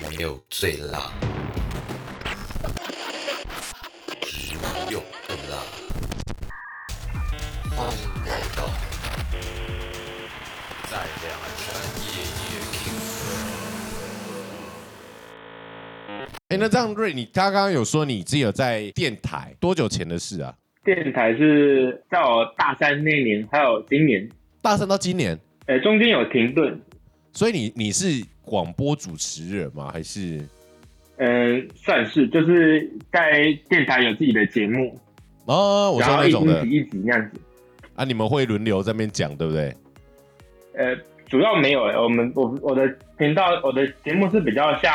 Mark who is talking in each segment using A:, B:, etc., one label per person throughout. A: 没有最辣，只有更辣。哎欢迎来到在两山夜夜 King。
B: 哎、那这样瑞，你刚刚有说你自己有在电台多久前的事啊？
C: 电台是在我大三那年，还有今年，
B: 大三到今年，
C: 呃，中间有停顿，
B: 所以你你是广播主持人吗？还是
C: 嗯、算是就是在电台有自己的节目，
B: 哦，我
C: 然
B: 说
C: 后
B: 那
C: 一
B: 种的
C: 集一集那样子。
B: 啊？你们会轮流在那边讲，对不对？
C: 呃，主要没有、呃我们我我的频道我的节目是比较像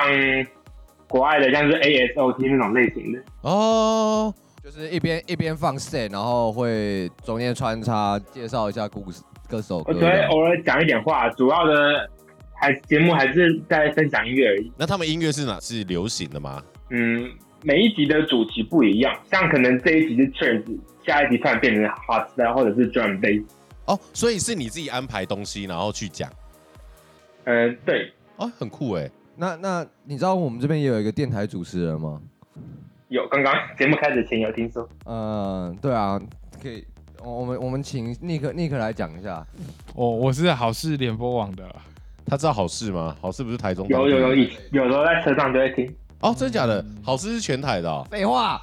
C: 国外的，像是 ASOT 那种类型的。
B: 哦，
D: 就是一边一边放 set，然后会中间穿插介绍一下故事各首
C: 我哦
D: 歌
C: 只
D: 这
C: 会
D: 样。
C: 偶尔讲一点话，主要的还节目还是在分享音乐而已。
B: 那他们音乐是哪是流行的吗？
C: 嗯，每一集的主题不一样，像可能这一集是 Church，下一集突然变成 Hot Style 或者是 Drum Bass。
B: 哦，所以是你自己安排东西，然后去讲，
C: 嗯、对，
B: 哦，很酷哎。
D: 那那你知道我们这边也有一个电台主持人吗？
C: 有刚刚节目开始前有听说，
D: 嗯，对啊，可以。我我们我们请尼克尼克来讲一下。
E: 我我是好事联播网的，
B: 他知道好事吗？好事不是台中
C: 有有有，
B: 当地
C: 以有时候在车上就会听，
B: 哦，真假的？好事是全台的、哦，
D: 废话，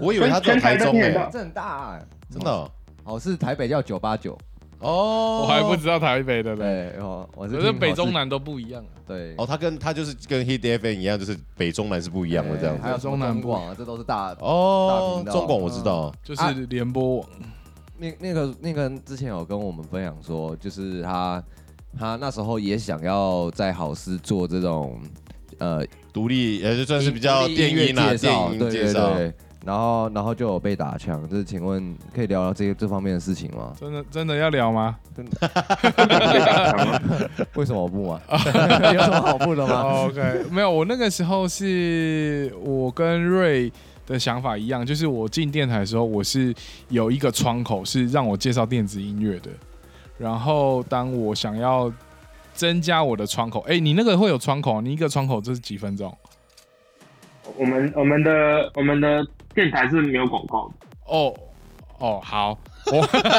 B: 我以为他只有
C: 全
B: 台
C: 台都
B: 中
C: 听
B: 哎、
C: 得到
D: 这很大、欸。
B: 真的哦
D: 好是台北叫九八九，
B: 哦，
E: 我还不知道台北的嘞，
D: 对，哦，我是
E: 可是
D: 听
E: 北
D: 好
E: 中
D: 是，
E: 南都不一样啊。
D: 对，
B: 哦，他跟他就是跟 Hit FM 一样，就是北中南是不一
D: 一
B: 样的这样子。
D: 还有什么
E: 中南
D: 中
E: 部
D: 广啊，这都是大。大
B: 哦
D: 频，道啊
B: 中广我知道，
E: 就是联播网，？
D: 那那个那个之前有跟我们分享说，就是他他那时候也想要在好事做这种呃
B: 独立也就算是比较
D: 音
B: 电
D: 乐
B: 音啊，
D: 介绍
B: 电音
D: 对
B: 介
D: 对
B: 绍。
D: 对。然后然后就有被打枪，就是请问可以聊聊这这方面的事情吗
E: 真的真的要聊吗？
C: 被打墙了。
D: 为什么不 嘛？有什么好不的吗？
E: 哦 OK，没有， 我那个时候是我跟瑞的想法一样，就是我进电台的时候，我是有一个窗口是让我介绍电子音乐的，然后当我想要增加我的窗口，哎、你那个会有窗口，你一个窗口这是几分钟？
C: 我们我们的我们的电台是没有广告的，
E: 哦哦， 好，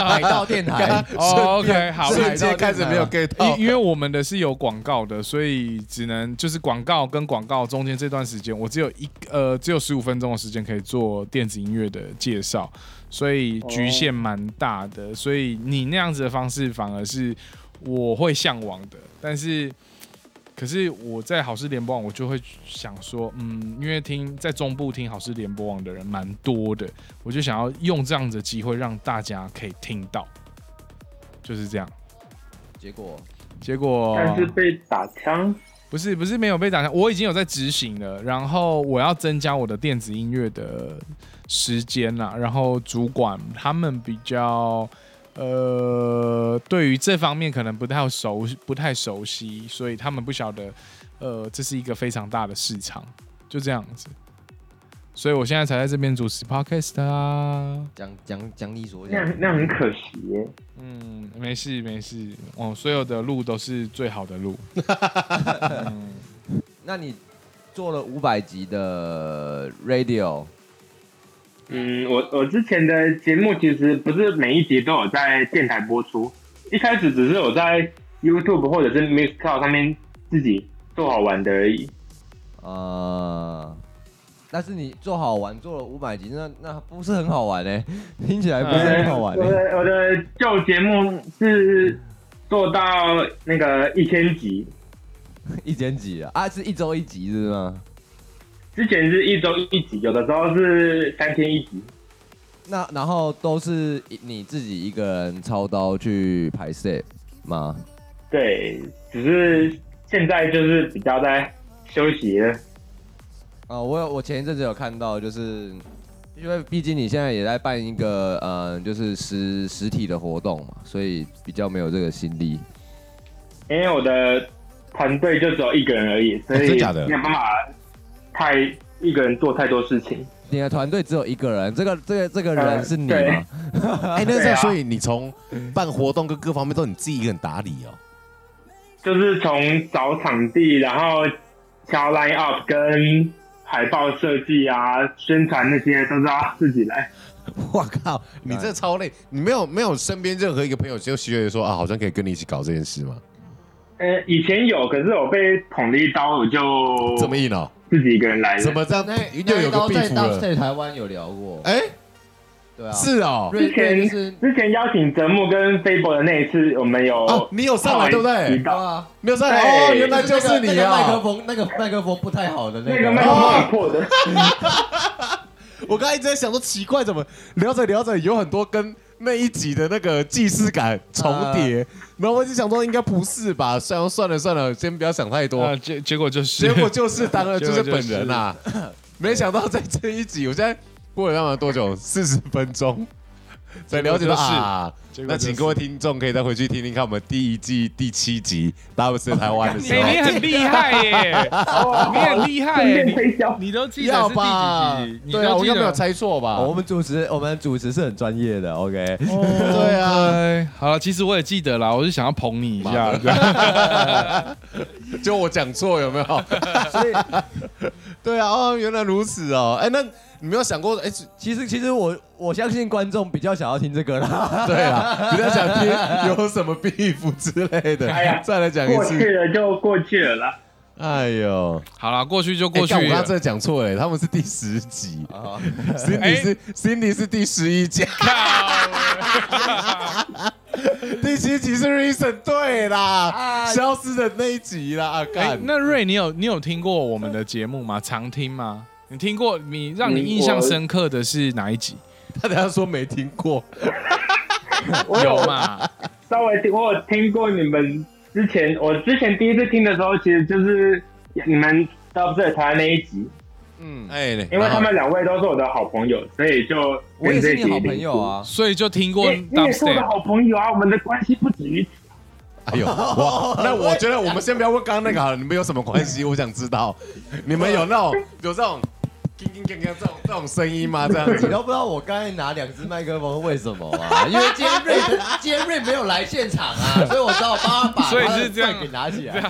D: 海盗电台
E: 哦，OK，好，
D: 是
B: 瞬间开始没有 get 到
E: 因，因为我们的是有广告的，所以只能就是广告跟广告中间这段时间，我只有一呃只有十五分钟的时间可以做电子音乐的介绍，所以局限蛮大的。所以你那样子的方式反而是我会向往的，但是。可是我在好事联播网，我就会想说，嗯，因为听在中部听好事联播网的人蛮多的，我就想要用这样子的机会让大家可以听到，就是这样。
D: 结果
E: 结果
C: 但是被打枪，
E: 不是不是没有被打枪，我已经有在执行了。然后我要增加我的电子音乐的时间啦。然后主管他们比较呃，对于这方面可能不太熟，不太熟悉，所以他们不晓得呃，这是一个非常大的市场，就这样子。所以我现在才在这边主持 podcast 啊。
D: 讲讲讲你所
C: 那
D: 讲
C: 样，那样很可惜耶。
E: 嗯，没事没事，哦，所有的路都是最好的路。 嗯
D: 那你做了五百集的 radio，
C: 嗯，我我之前的节目其实不是每一集都有在电台播出，一开始只是我在 YouTube 或者是 Mixcloud 上面自己做好玩的而已。
D: 呃，但是你做好玩做了五百集，那那不是很好玩呢、听起来不是很好玩、
C: 我
D: 欸。
C: 的我的旧节目是做到那个一千集，
D: 一千集啊，啊是一周一集是吗？
C: 之前是一周一集，有的时候是三天一集。
D: 那然后都是你自己一个人操刀去排 set 吗？
C: 对，只是现在就是比较在休息了。
D: 啊、我有我前一阵子有看到，就是因为毕竟你现在也在办一个呃，就是实实体的活动嘛，所以比较没有这个心力。
C: 因为我的团队就只有一个人而已，所
D: 哎
B: 真
C: 以
B: 假的
C: 没有办法太一个人做太多事情。
D: 你的团队只有一个人，这个这个这个
C: 呃
D: 人是你
C: 对
D: 吗？
B: 哎，那这
C: 对
B: 样，
C: 啊
B: 所以你从办活动跟各方面都你自己一个人打理哦。
C: 就是从找场地，然后挑 line up 跟海报设计啊、宣传那些都是他自己来。
B: 我靠，你这超累，你没有没有身边任何一个朋友就觉得说啊，好像可以跟你一起搞这件事吗？
C: 呃，以前有，可是我被捅了一刀，我就
B: 这么硬哦，
C: 自己一个人来
B: 怎
C: 了。
B: 么这样
D: 那
B: 又有个
D: 那
B: 壁
D: 一刀
B: 虎
D: 在
B: 了？
D: 在台湾有聊过，
B: 哎，
D: 对啊，
B: 是哦，
D: 瑞
C: 之前
D: 瑞就是
C: 之前邀请泽木跟飞博的那一次，我们有
B: 哦你有上来对不对
C: 提到
D: 啊，
B: 没有上来哦，
C: 对
B: 原来就是
D: 那
B: 你
D: 个麦克
B: 啊！
D: 风那个麦克风不太好的那
C: 那个麦克
D: 哦
C: 风很破的，
B: 我刚才一直在想说，奇怪，怎么聊着聊着有很多跟那一集的那个既视感重叠？
E: 呃
B: 然后我就想说，应该不是吧？算了算了算了，先不要想太多
E: 那。啊结结果就是
B: 结果 就是当然
E: 呃结
B: 就
E: 果
B: 是
E: 就是
B: 本人啦、没想到在这一集，我现在过了那么多久，四十分钟，才了解到
E: 结果就是
B: 啊。
E: 结果
B: 那
E: 就是
B: 请各位听众可以再回去听听看我们第一季第七集《大卫是台湾》的时
E: 哎、你
B: 候，
E: 很厉害耶，
C: 哦
E: 你很厉害
C: 顺
E: 耶，
C: 便
E: 你
C: 推销。
E: 你都记得
B: 要
E: 是第
B: 吧
E: 几集？？你
B: 对啊，
E: 都
B: 我
E: 记
B: 应该
E: 得哦
B: 没有猜错吧？
D: 我们主持我们主持是很专业的，OK。
B: 对啊，
E: 对，好了，其实我也记得啦，我是想要捧你一下，这样
B: 就我讲错有没有？
D: 所以
B: 对啊，哦，原来如此哦。哎，那你没有想过？哎，
D: 其实其实我我相信观众比较想要听这个啦。
B: 对啊，比较想听有什么 beef 之类的
C: 哎呀，
B: 再来讲一
C: 过去
B: 次。
C: 了就过去了啦。
B: 哎呦，
E: 好了，过去就
B: 哎
E: 过去
B: 干我刚
E: 了
B: 刚。真的讲错了，他们是第十集
D: 啊
B: ，Cindy 是 Cindy 是第十一集， 第七集是 Reason 对啦，
D: 哎
B: 消失的那一集啦，啊
E: 哎
B: 干，，
E: 那瑞，你有你有听过我们的节目吗？常听吗？你听过？你让你
C: 嗯
E: 印象
C: 我
E: 深刻的是哪一集？
B: 他等下说没听过，
C: 我
E: 有嘛？
C: 稍微听，我有听过你们之前，我之前第一次听的时候，其实就是你们到不是台湾那一集，
D: 嗯，
B: 哎，
C: 因为他们两位都是我的好朋友，所以就
D: 我也
C: 跟这
D: 是
C: 一集
D: 你好朋友啊。
E: 所以就听过
C: 一起听。你你也是我的
E: dubstep，
C: 好朋友啊，我们的关系不止于此。
B: 哎 呦，哇！那我觉得我们先不要问刚刚那个好了，你们有什么关系？我想知 道，你们有那种有这种叮叮叮叮这种这种声音吗？这样
D: 你
B: 子？
D: 都不知道我刚才拿两只麦克风为什么啊？ 因为今天瑞今天瑞没有来现场啊，所以我只好帮他把
E: 所以
D: 他
E: 是
D: 的
E: 这样
D: 麦给拿起来。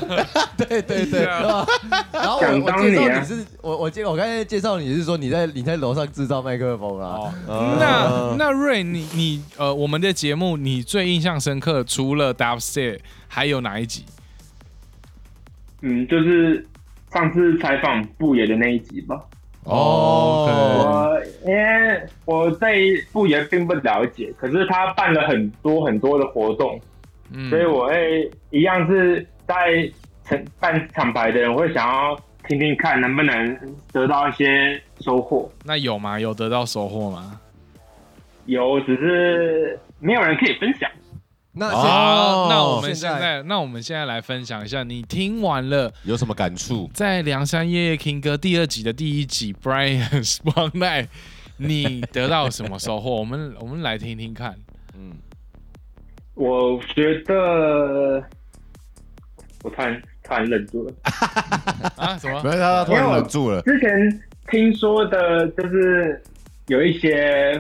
B: 对对对，
E: 啊
D: 对吧然后我
C: 想
D: 我
C: 当
D: 介
C: 年
D: 绍你是我我介我刚才介绍你是说你在你在楼上制造麦克风啊呃
E: 哦。
B: 嗯
E: 那那瑞，你你呃，我们的节目你最印象深刻，除了 dubstep，还有哪一集？
C: 嗯，就是上次采访布野的那一集吧。
E: 哦
C: 我因为我对布野并不了解，可是他办了很多很多的活动，
E: 嗯
C: 所以我会一样是在承办厂牌的人会想要听听看能不能得到一些收获。
E: 那有吗？有得到收获吗？
C: 有，只是没有人可以分享。
D: 那
B: 哦
D: 现
E: 好，那我们现
D: 现在
E: 在，那我们现在来分享一下，你听完了
B: 有什么感触？
E: 在《梁山夜夜 King 歌》第二集的第一集 Brian s p o n n i 你得到什么收获？我们我们来听听看。
D: 嗯，
C: 我觉得，我突然突然忍住了。
E: 啊，什么
B: 没？有，他他突然忍住了。
C: 之前听说的就是有一些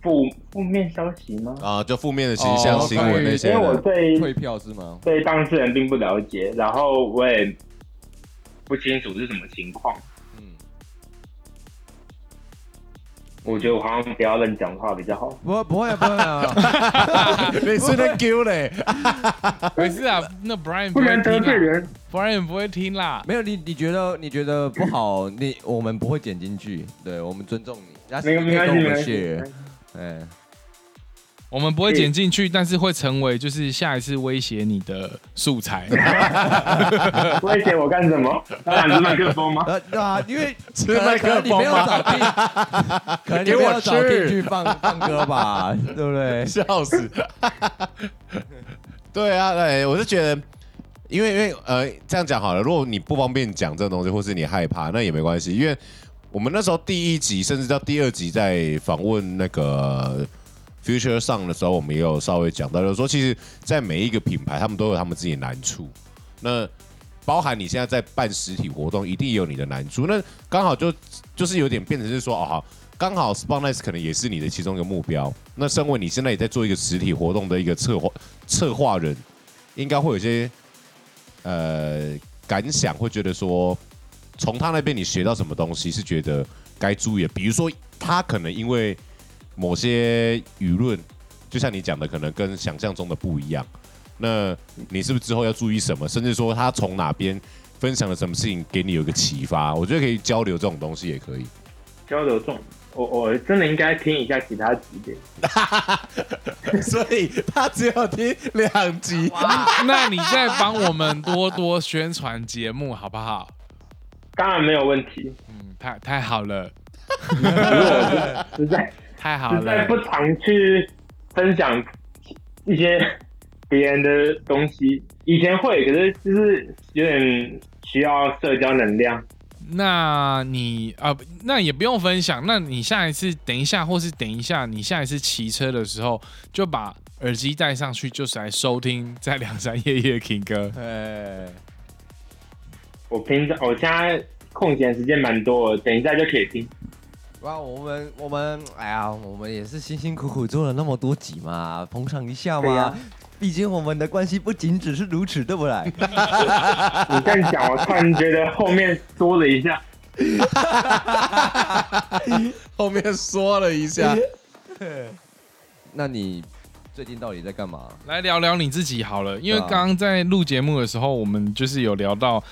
C: 负负面消息吗？
B: 啊，就负面的形象
D: 哦
B: 新闻那
C: 因
B: 些
C: 为我
B: 的，
C: 对
D: 退票是吗？
C: 对当事人并不了解，然后我也不清楚是什么情况。
D: 嗯
C: 我觉得我好像不要乱讲话比较好。
D: 不不会不会啊，
B: 你是在丢 嘞？
E: 没事啊，那 Brian
C: 不
E: 会
C: 能得
E: 听
C: 罪
E: 啦
C: 人，
E: ，Brian 不会听啦。
D: 没有你你觉得你觉得不好，你我们不会剪进去，对我们尊重你，但是
C: 没
D: 你可以
C: 没关系，没关
D: 跟我们
C: 系
D: share，。哎，
E: 我们不会剪进去，但是会成为就是下一次威胁你的素 材。
C: 威胁我干什么？当然是麦克风吗？
D: 呃对啊，因为
B: 吃
D: 可能
B: 麦
D: 可
B: 克
D: 能你没
B: 风
D: 有
B: 吗？
D: 找地，可能你
B: 给我
D: 没有找
B: 吃
D: 地去放 放歌吧，对不 对？
B: 笑死！对啊，哎，我是觉得，因为因为呃，这样讲好了，如果你不方便讲这个东西，或是你害怕，那也没关系，因为我们那时候第一集甚至到第二集在访问那个 Future 上的时候，我们也有稍微讲到，就是说，其实，在每一个品牌，他们都有他们自己的难处。那包含你现在在办实体活动，一定也有你的难处。那刚好就就是有点变成是说，哦好，刚好 s p o n i c e 可能也是你的其中一个目标。那身为你现在也在做一个实体活动的一个策划策划人，应该会有一些呃感想会觉得说，从他那边你学到什么东西是觉得该注意的？比如说他可能因为某些舆论，就像你讲的，可能跟想象中的不一样。那你是不是之后要注意什么？甚至说他从哪边分享了什么事情给你有一个启发？我觉得可以交流这种东西也可以。
C: 交流重，我我真的应该听一下其他几 点。
B: 所以他只有听两集。
E: 那你再帮我们多多宣传节目好不好？
C: 当然没有问题，
E: 嗯，太太好了，
C: 实在
E: 太好
C: 实在
E: 了
C: 不。常去分享一些 别人的东西，以前会，可是就是有点需要社交能量。
E: 那你啊、不那也不用分享。那你下一次等一下，或是等一下你下一次骑车的时候，就把耳机戴上去，就是来收听在梁山夜夜听歌。
D: 哎，
C: 我平常我现在空闲时间蛮多的，等一下就可以听。
D: 哇，我们我们哎呀，我们也是辛辛苦苦做了那么多集嘛，捧场一下
C: 对
D: 嘛。
C: 呀
D: 毕竟我们的关系不仅只是如此，对不对？
C: 你这样讲，我突然觉得后面多了一下，
B: 后面 说了一下，
D: 那你最近到底在干嘛？
E: 来聊聊你自己好了，因为
D: 对啊
E: 刚刚在录节目的时候，我们就是有聊到，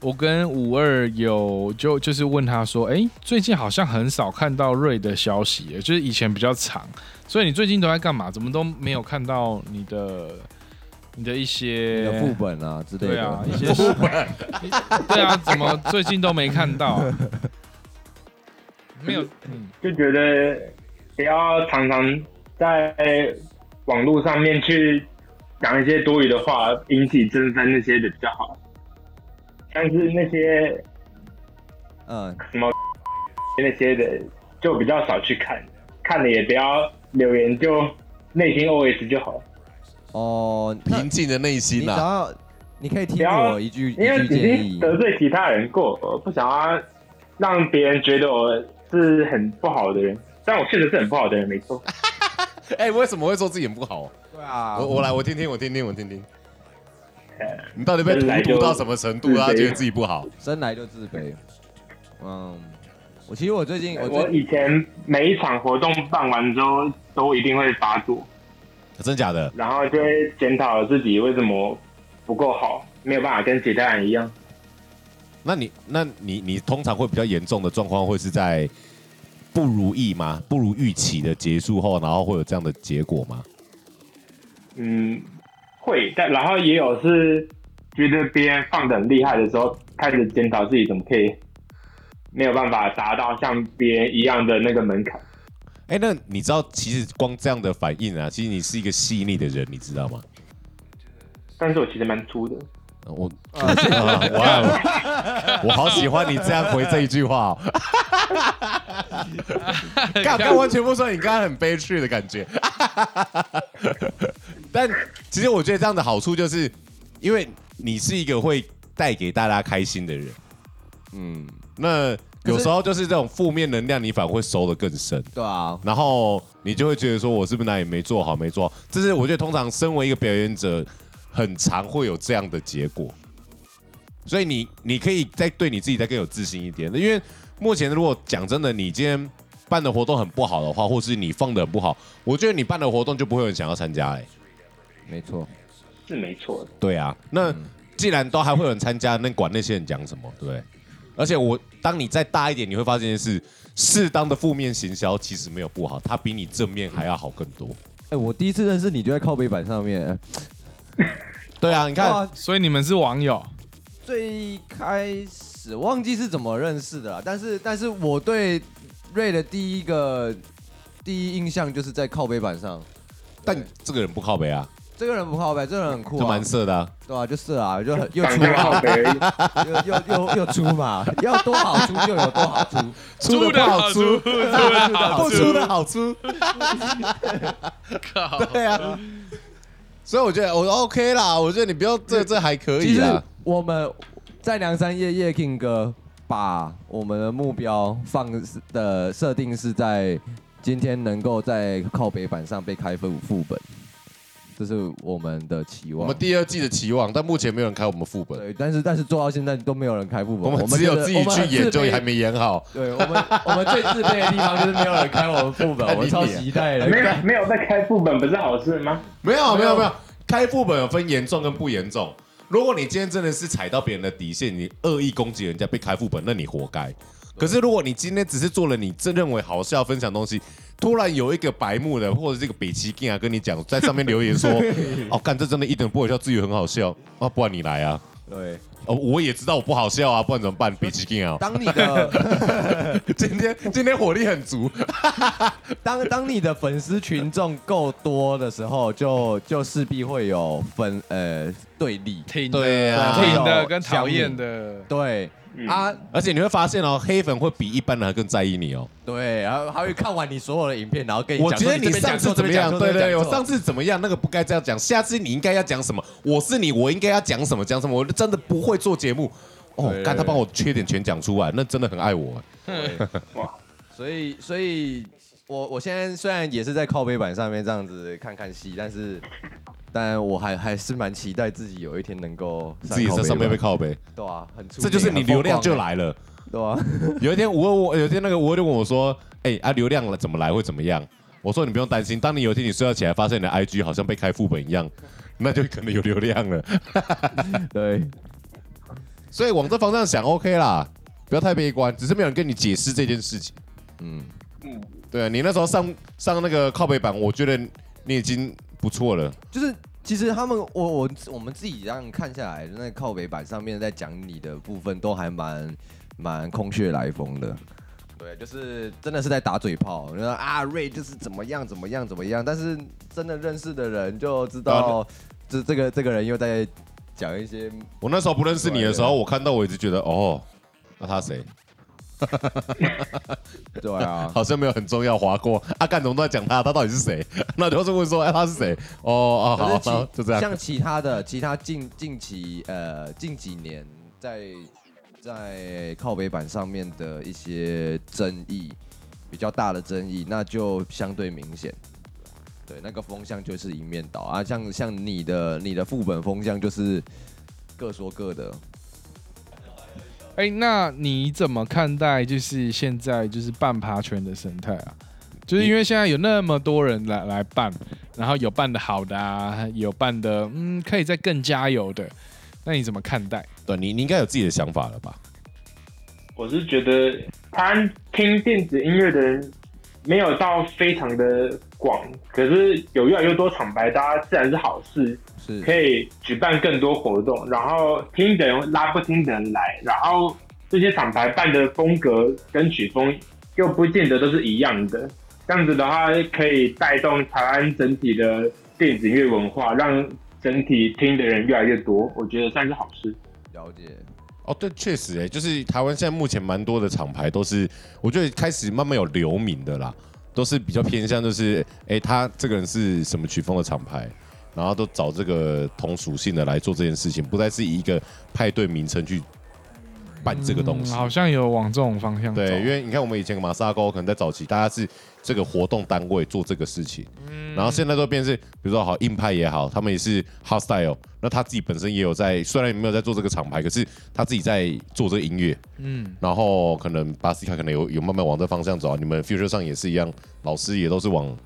E: 我跟五二有就就是问他说，哎、最近好像很少看到瑞的消息耶，就是以前比较长，所以你最近都在干嘛？怎么都没有看到你的你的一
D: 你
E: 些
D: 的副本啊之类的。
E: 对啊，一些 对啊，怎么最近都没 看到、没有，嗯，
C: 就觉得不要常常在网络上面去讲一些多余的话，引起争纷那些的比较好。但是那些
D: 嗯，
C: 那些的就比较少去看，看了也不要留言，就内心 OS 就好。
D: 哦，那
B: 平静的内
D: 你
B: 心
D: 想
B: 啊，
D: 要，你可以听
C: 不要
D: 我一句一
C: 因为
D: 句
C: 已
D: 建
C: 经
D: 议。
C: 得罪其他人过，我不想要让别人觉得我是很不好的人。但我确实是很不好的人，没错。
B: 哎、为什么会说自己很不好、
D: 对啊
B: 我我来，我听听，我听听，我听 听。你到底被
C: 本来
B: 荼毒
C: 就
B: 到什么程度？啊
C: 自卑
B: 他觉得自己不好，
D: 生来就自卑。嗯，我其实我最近我
C: 哎我
D: 最
C: 以前每一场活动办完之后，都一定会发作，
B: 真假的？
C: 然后就会检讨自己为什么不够好，没有办法跟其他人一样。
B: 那你那你你通常会比较严重的状况会是在不如意吗？不如预期的结束后，然后会有这样的结果吗？
C: 嗯，会，但然后也有是觉得别人放的很厉害的时候，开始检讨自己怎么可以没有办法达到像别人一样的那个门槛。
B: 哎、那你知道，其实光这样的反应啊，其实你是一个细腻的人，你知道吗？
C: 但是我其实蛮粗的，
B: 我
D: 啊
B: 哇，我好喜欢你这样回这一句话、哦。 刚刚完全不说你刚刚很悲剧的感觉， 但其实我觉得这样的好处就是，因为你是一个会带给大家开心的人，
D: 嗯，
B: 那有时候就是这种负面能量，你反而会收得更深。
D: 对啊，
B: 然后你就会觉得说，我是不是哪里没做好，没做好？这是我觉得通常身为一个表演者，很常会有这样的结果。所以你你可以再对你自己再更有自信一点，因为目前如果讲真的，你今天办的活动很不好的话，或是你放的很不好，我觉得你办的活动就不会有人想要参加嘞、欸
D: 没错，
C: 是没错的。
B: 对啊，那既然都还会有人参加，那管那些人讲什么，对不对？而且我当你再大一点，你会发现是适当的负面行销其实没有不好，它比你正面还要好更多。
D: 哎、我第一次认识你就在靠背板上面。
B: 对啊，你看，
D: 哇，
E: 所以你们是网友，
D: 最开始忘记是怎么认识的了，但是但是我对瑞的第一个第一印象就是在靠背板上。
B: 但这个人不靠北啊，
D: 这个人不靠背，这个人很酷、
B: 就
D: 啊
B: 蛮，色的、啊。
D: 对啊，就是啊，就很又
C: 长
D: 出
C: 得好
D: 嘛，
C: 肥而已，
D: 又又又又出 嘛，要多好出就有多好出，
B: 出的不好 出，
E: 出的好
B: 不
E: 出，
B: 出的好 出。
E: 靠
B: 对啊，所以我觉得我 OK 啦，我觉得你不要这这还可
D: 其
B: 以啊
D: 实
B: 啦。
D: 我们在梁山夜夜 King 哥把我们的目标放的设定是在今天能够在靠北板上被开副副本，这是我们的期
B: 我
D: 望
B: 们。第二季的期望，但目前没有人开我们副本，
D: 对，但是但是做到现在都没有人开副本，
B: 我们只
D: 觉
B: 有
D: 得
B: 自己
D: 我们
B: 去
D: 很
B: 研
D: 自
B: 究，
D: 卑
B: 也还没研好。
D: 对我们，我们最自卑的地方就是没有人开我们副本，
B: 看你
D: 我们超期待的。
C: 没 有没有在开副本不是好事吗？
B: 没有没
D: 没
B: 有
D: 有
B: 没有，开副本有分严重跟不严重。如果你今天真的是踩到别人的底线，你恶意攻击人家被开副本，那你活该。可是如果你今天只是做了你自认为好笑分享的东西，突然有一个白目的或者这个北齐劲啊跟你讲，在上面留 言说，哦，干这真的一点不好笑，至于很好笑，啊，不然你来啊，
D: 对，
B: 哦，我也知道我不好笑啊，不然怎么办？北齐 劲啊，
D: 当你的
B: 今天今天火力很 足，
D: 当当你的粉丝群众够多的时候，就就势必会有分呃对立。
E: 挺的
B: 对啊
E: 挺的跟讨厌的，
D: 对
C: 嗯
D: 啊，
B: 而且你会发现哦，黑粉会比一般人还更在意你哦。
D: 对，然后还会看完你所有的影片，然后跟你
B: 我
D: 讲
B: 觉
D: 说
B: 得你
D: 这边
B: 上
D: 讲
B: 次
D: 错
B: 怎么样？
D: 这边讲错
B: 对
D: 这边
B: 对，
D: 讲
B: 我
D: 错
B: 上次怎么样？那个不该这样讲，下次你应该要讲什么？我是你，我应该要讲什么？讲什么？我真的不会做节目。哦
D: 对，对
B: 看他
D: 对
B: 帮我缺点全讲出来，那真的很爱我。
D: 所以，所以我我现在虽然也是在靠背板上面这样子看看戏，但是，但我还还是蛮期待自己有一天能够
B: 自己在上面被
D: 靠
B: 靠背，
D: 背板，对啊，很出
B: 这就是
D: 名
B: 你流量就，
D: 很
B: 来了。
D: 风光欸对啊，
B: 有一天我问我，有一天那个我就问我说：“哎啊，流量了怎么来会怎么样？”我说：“你不用担心，当你有一天你睡觉起来，发现你的 IG 好像被开副本一样，那就可能有流量了。
D: 对，
B: 所以往这方向想 OK 啦，不要太悲观，只是没有人跟你解释这件事情。”
D: 嗯，
B: 对啊你那时候上上那个靠背板，我觉得你已经不错了。
D: 就是其实他们，我我我们自己这样看下来，那靠北板上面在讲你的部分，都还蛮蛮空穴来风的。对，就是真的是在打嘴炮，你说啊瑞就是怎么样怎么样怎么样，但是真的认识的人就知道，这这个这个人又在讲一些，
B: 我那时候不认识你
D: 啊
B: 的时候，我看到我一直觉得哦，那他谁？
D: 对啊，
B: 好像没有很重要，划过。阿干怎么都在讲他，他到底是谁？ 那就是问说，哎，他是谁？哦
D: 可
B: 哦，
D: 是
B: 好，好
D: 其
B: 就这样。
D: 像其他的其他近近期呃近几年在在靠北板上面的一些争议，比较大的争议，那就相对明显。对，那个风向就是一面倒啊，像像你的你的副本风向就是各说各的。
E: 哎、那你怎么看待就是现在就是半爬圈的生态啊？就是因为现在有那么多人来来办，然后有办的好的啊，有办的嗯可以再更加油的，那你怎么看待？
B: 对你，你应该有自己的想法了吧？
C: 我是觉得他听电子音乐的人没有到非常的广，可是有越来越多厂牌，大家自然是好事，
D: 是
C: 可以举办更多活动，然后听的人拉不听的人来，然后这些厂牌办的风格跟曲风又不见得都是一样的，这样子的话可以带动台湾整体的电子音乐文化，让整体听的人越来越多，我觉得算是好事。
D: 了解，
B: 哦，对，确实，哎，就是台湾现在目前蛮多的厂牌都是，我觉得开始慢慢有流名的啦，都是比较偏向就是，哎，他这个人是什么曲风的厂牌，然后都找这个同属性的来做这件事情，不再是以一个派对名称去办这个东西。
E: 嗯好像有往这种方向走。
B: 对，因为你看我们以前马萨沟可能在早期，大家是这个活动单位做这个事情，
E: 嗯
B: 然后现在都变成是，比如说好硬派也好，他们也是 hard style，那他自己本身也有在，虽然没有在做这个厂牌，可是他自己在做这个音乐，
E: 嗯，
B: 然后可能巴斯卡可能有有慢慢往这方向走啊，你们 future 上也是一样，老师也都是往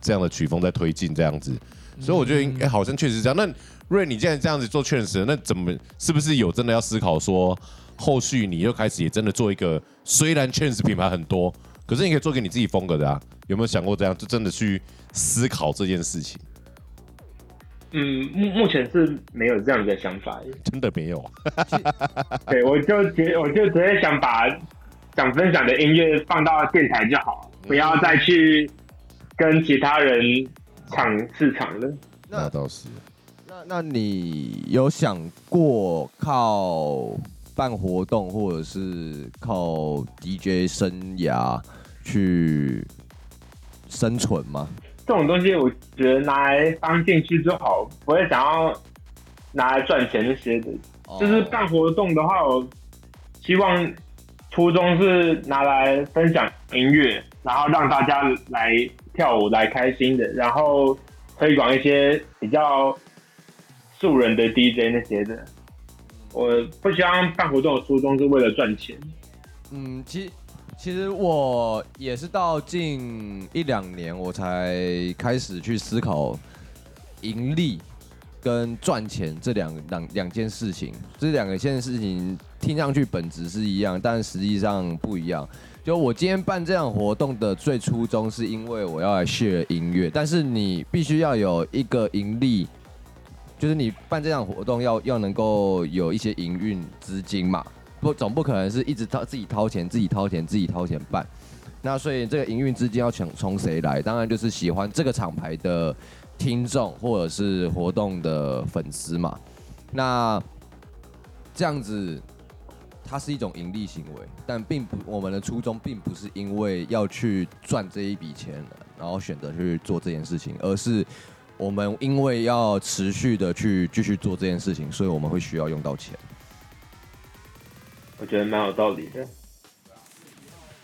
B: 这样的曲风在推进这样子，所以我觉得应
E: 嗯
B: 该、好像确实是这样。那瑞，你既然这样子做确实，那怎么是不是有真的要思考说，后续你又开始也真的做一个，虽然确实品牌很多，可是你可以做给你自己风格的啊？有没有想过这样，就真的去思考这件事情？
C: 嗯，目目前是没有这样的想法耶。
B: 真的没有啊？
C: 对，我就觉我就直接想把想分享的音乐放到电台就好，不要再去跟其他人抢市场了。
B: 那
D: 那
B: 倒是。
D: 那那你有想过靠办活动或者是靠 DJ 生涯去生存吗？
C: 这种东西我觉得拿来当兴趣就好，不会想要拿来赚钱那些的。
D: 哦
C: 就是办活动的话，我希望初衷是拿来分享音乐，然后让大家来跳舞来开心的，然后推广一些比较素人的 DJ 那些的。我不希望办活动的初衷是为了赚钱。
D: 嗯，其其实我也是到近一两年，我才开始去思考盈利跟赚钱这两两两件事情。这两个件事情听上去本质是一样，但实际上不一样。就我今天办这样活动的最初衷，是因为我要来 share 音乐，但是你必须要有一个盈利，就是你办这样活动要要能够有一些营运资金嘛。不总不可能是一直掏自己掏钱、自己掏钱、自己掏钱办。那所以这个营运资金要从从谁来？当然就是喜欢这个厂牌的听众或者是活动的粉丝嘛。那这样子，它是一种盈利行为，但并不我们的初衷并不是因为要去赚这一笔钱，然后选择去做这件事情，而是我们因为要持续的去继续做这件事情，所以我们会需要用到钱。
C: 我觉得蛮有道理的。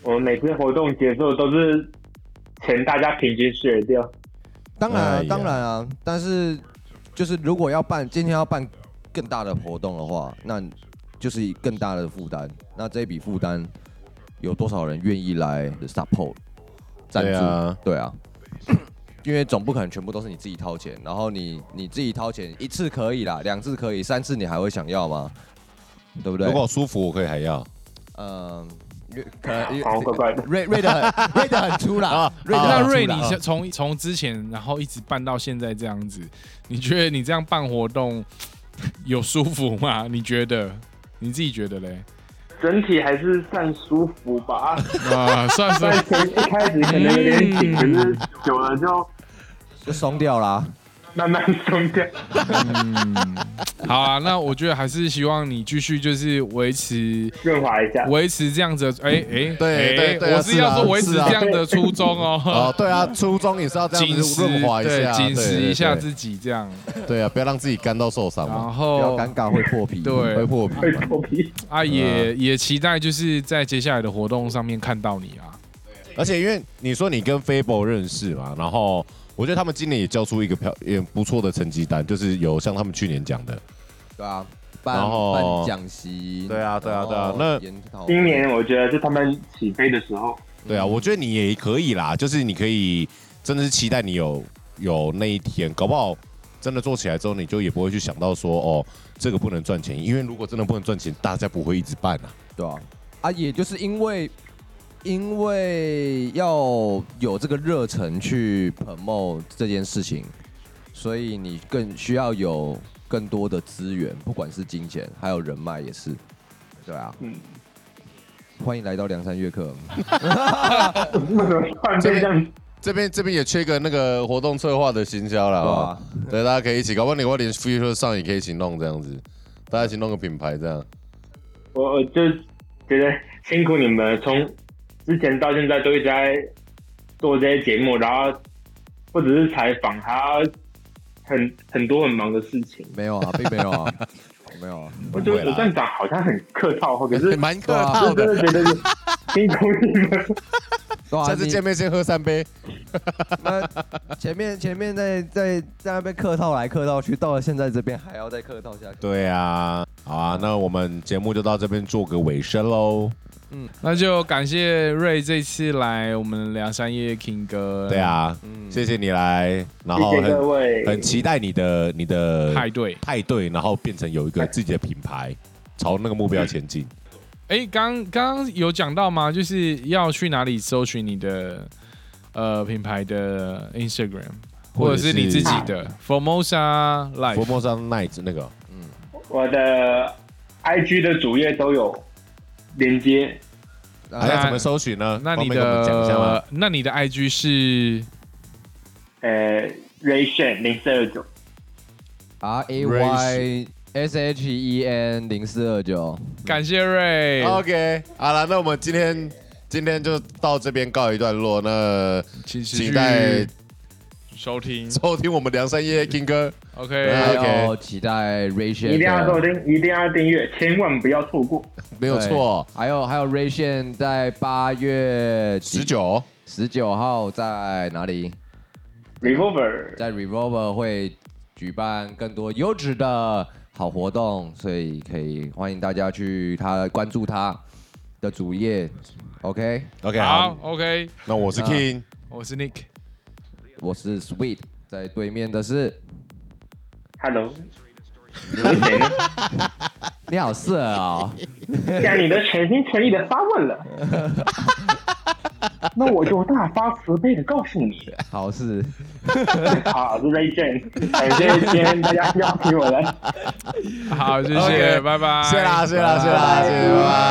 C: 我们每次活动结束都是钱大家平均 share 掉，
D: 当然、啊
B: 哎呀
D: 当然啊，但是就是如果要办今天要办更大的活动的话，那就是更大的负担。那这笔负担有多少人愿意来 support 赞助？
B: 对啊
D: 对啊 因为总不可能全部都是你自己掏钱，然后你你自己掏钱一次可以啦，两次可以，三次你还会想要吗？对不对？
B: 如果我舒服，我可以还要。
D: 嗯，因为可能因
C: 好怪怪的。
D: 瑞瑞的很瑞的 很粗啦，
B: 啊
D: 瑞的
E: 那
D: 很粗
E: 瑞，
D: 啦
E: 你是从从之前，然后一直办到现在这样子，你觉得你这样办活动 有舒服吗？你觉得？你自己觉 得嘞？
C: 整体还是算舒服吧，
E: 啊，算
C: 虽然
E: 算，
C: 前一开始可能有点紧，可是久了就
D: 就松掉啦。
C: 慢慢松掉。
E: 好啊。那我觉得还是希望你继续就是维持
C: 润滑一下。
E: 维持这样子的，哎、哎、
B: 对
E: 哎
B: 对对啊
E: 我是要说
B: 是啊
E: 维持
B: 是啊
E: 这样的初衷 哦
B: 哦，，对啊，初衷也是要这样
E: 紧
B: 子
E: 实
B: 润滑一下，
E: 对紧
B: 对
E: 实
B: 对
E: 一下
B: 对
E: 自己 这样，
B: 对啊，不要让自己干到受伤嘛，
E: 然
D: 不要
E: 后啊
D: 尴尬会破皮，
E: 对
B: 会破皮
C: 会
B: 嘛。
C: 破皮，
B: 嗯
E: 啊也也期待就是在接下来的活动上面看到你啊。
B: 而且因为你说你跟 Fable 认识嘛，然后我觉得他们今年也交出一个漂也不错的成绩单，就是有像他们去年讲的，
D: 对啊，办
B: 然后
D: 办讲习，
B: 对啊对啊对啊
D: 然后
B: 那
D: 研讨会
C: 今年我觉得是他们起飞的时候，
B: 对啊，我觉得你也可以啦，就是你可以真的是期待你有有那一天，搞不好真的做起来之后，你就也不会去想到说哦这个不能赚钱，因为如果真的不能赚钱，大家不会一直办啊。
D: 对啊，啊，也就是因为因为要有这个热忱去 promote 这件事情，所以你更需要有更多的资源，不管是金钱还有人脉也是，对啊，
C: 嗯，
D: 欢迎来到梁山月客，
C: 为什么突然变这样？
B: 这边这边也缺个那个活动策划的行销啦，好
D: 对
B: 不
D: 啊
B: 好，对，大家可以一起，搞不好你我连 Future 上也可以一起弄这样子，大家一起弄个品牌这样。
C: 我我就觉得辛苦你们，从之前到现在都一直在做这些节目，然后不只是采访，还要很很多很忙的事情。
D: 没有啊，并没有 啊，没有啊，
C: 我就
B: 不会啦
C: 我这样讲好像很客套，可是
B: 蛮客套
C: 我真
B: 的。
C: 的觉得辛苦你们。
D: 对啊，
B: 下次
D: 你
B: 见面先喝三杯，
D: 那呃前面前面在在在那边客套来客套去，到了现在这边还要再客套下去。
B: 对啊，好啊，那我们节目就到这边做个尾声喽。
E: 那就感谢瑞这次来我们梁山夜 King 哥
B: 对啊，
E: 嗯
B: 谢谢你来，然后
C: 谢谢各
B: 很
C: 位，
B: 很期待你的你的
E: 派对。
B: 派对，然后变成有一个自己的品牌，朝那个目标前进。
E: 哎，刚刚刚有讲到吗？就是要去哪里搜寻你的呃品牌的 Instagram，
B: 或
E: 或
B: 者
E: 者
B: 是啊
E: 是你自己的 Formosa
B: 佛
E: Life。
B: 莫桑 night 那个，
C: 我的 IG 的主页都有连接，
B: 还哎要怎么搜寻呢？
E: 那你
B: 方便跟我们讲一下吗
E: 的？那你的 IG 是
C: 呃，Ray Shen 零四二九，
D: R 啊 A Y S H E N 零四二九，
E: 感谢瑞，
B: OK，好了，那我们今天今天就到这边告一段落。那
E: 请持续
B: 请待
E: 收听。
B: 收听我们梁山夜 King 哥，
E: 哎 OK，
B: 对
D: 还有期待 Ray Shan
C: 一定要收
D: 的，
C: 听，一定要订阅，千万不要错过。
B: 没
D: 没
B: 有错，，
D: 还有还有 Ray Shan 在八月
B: 十九
D: 十九号在哪里？
C: Revolver，
D: 在 Revolver 会举办更多优质的好活动，所以可以欢迎大家去他关注他的主页。OK，
B: OK，
E: 好
B: 好，
E: ，OK，
B: 那我是 King，
E: 我是 Nick，
D: 我是 Sweet，在对面的是
C: Hello，你是谁呢？
D: 你好色啊、
C: 将你的全心全意的发问了，那我就大发慈悲的告诉你，
D: 好事。
C: 好，我是 Ray Jen，感谢今天大家邀请我来。
E: 好，谢谢
B: OK，
E: 拜拜，
B: 谢啦，谢啦，谢啦，
D: 拜
B: 谢谢，拜拜。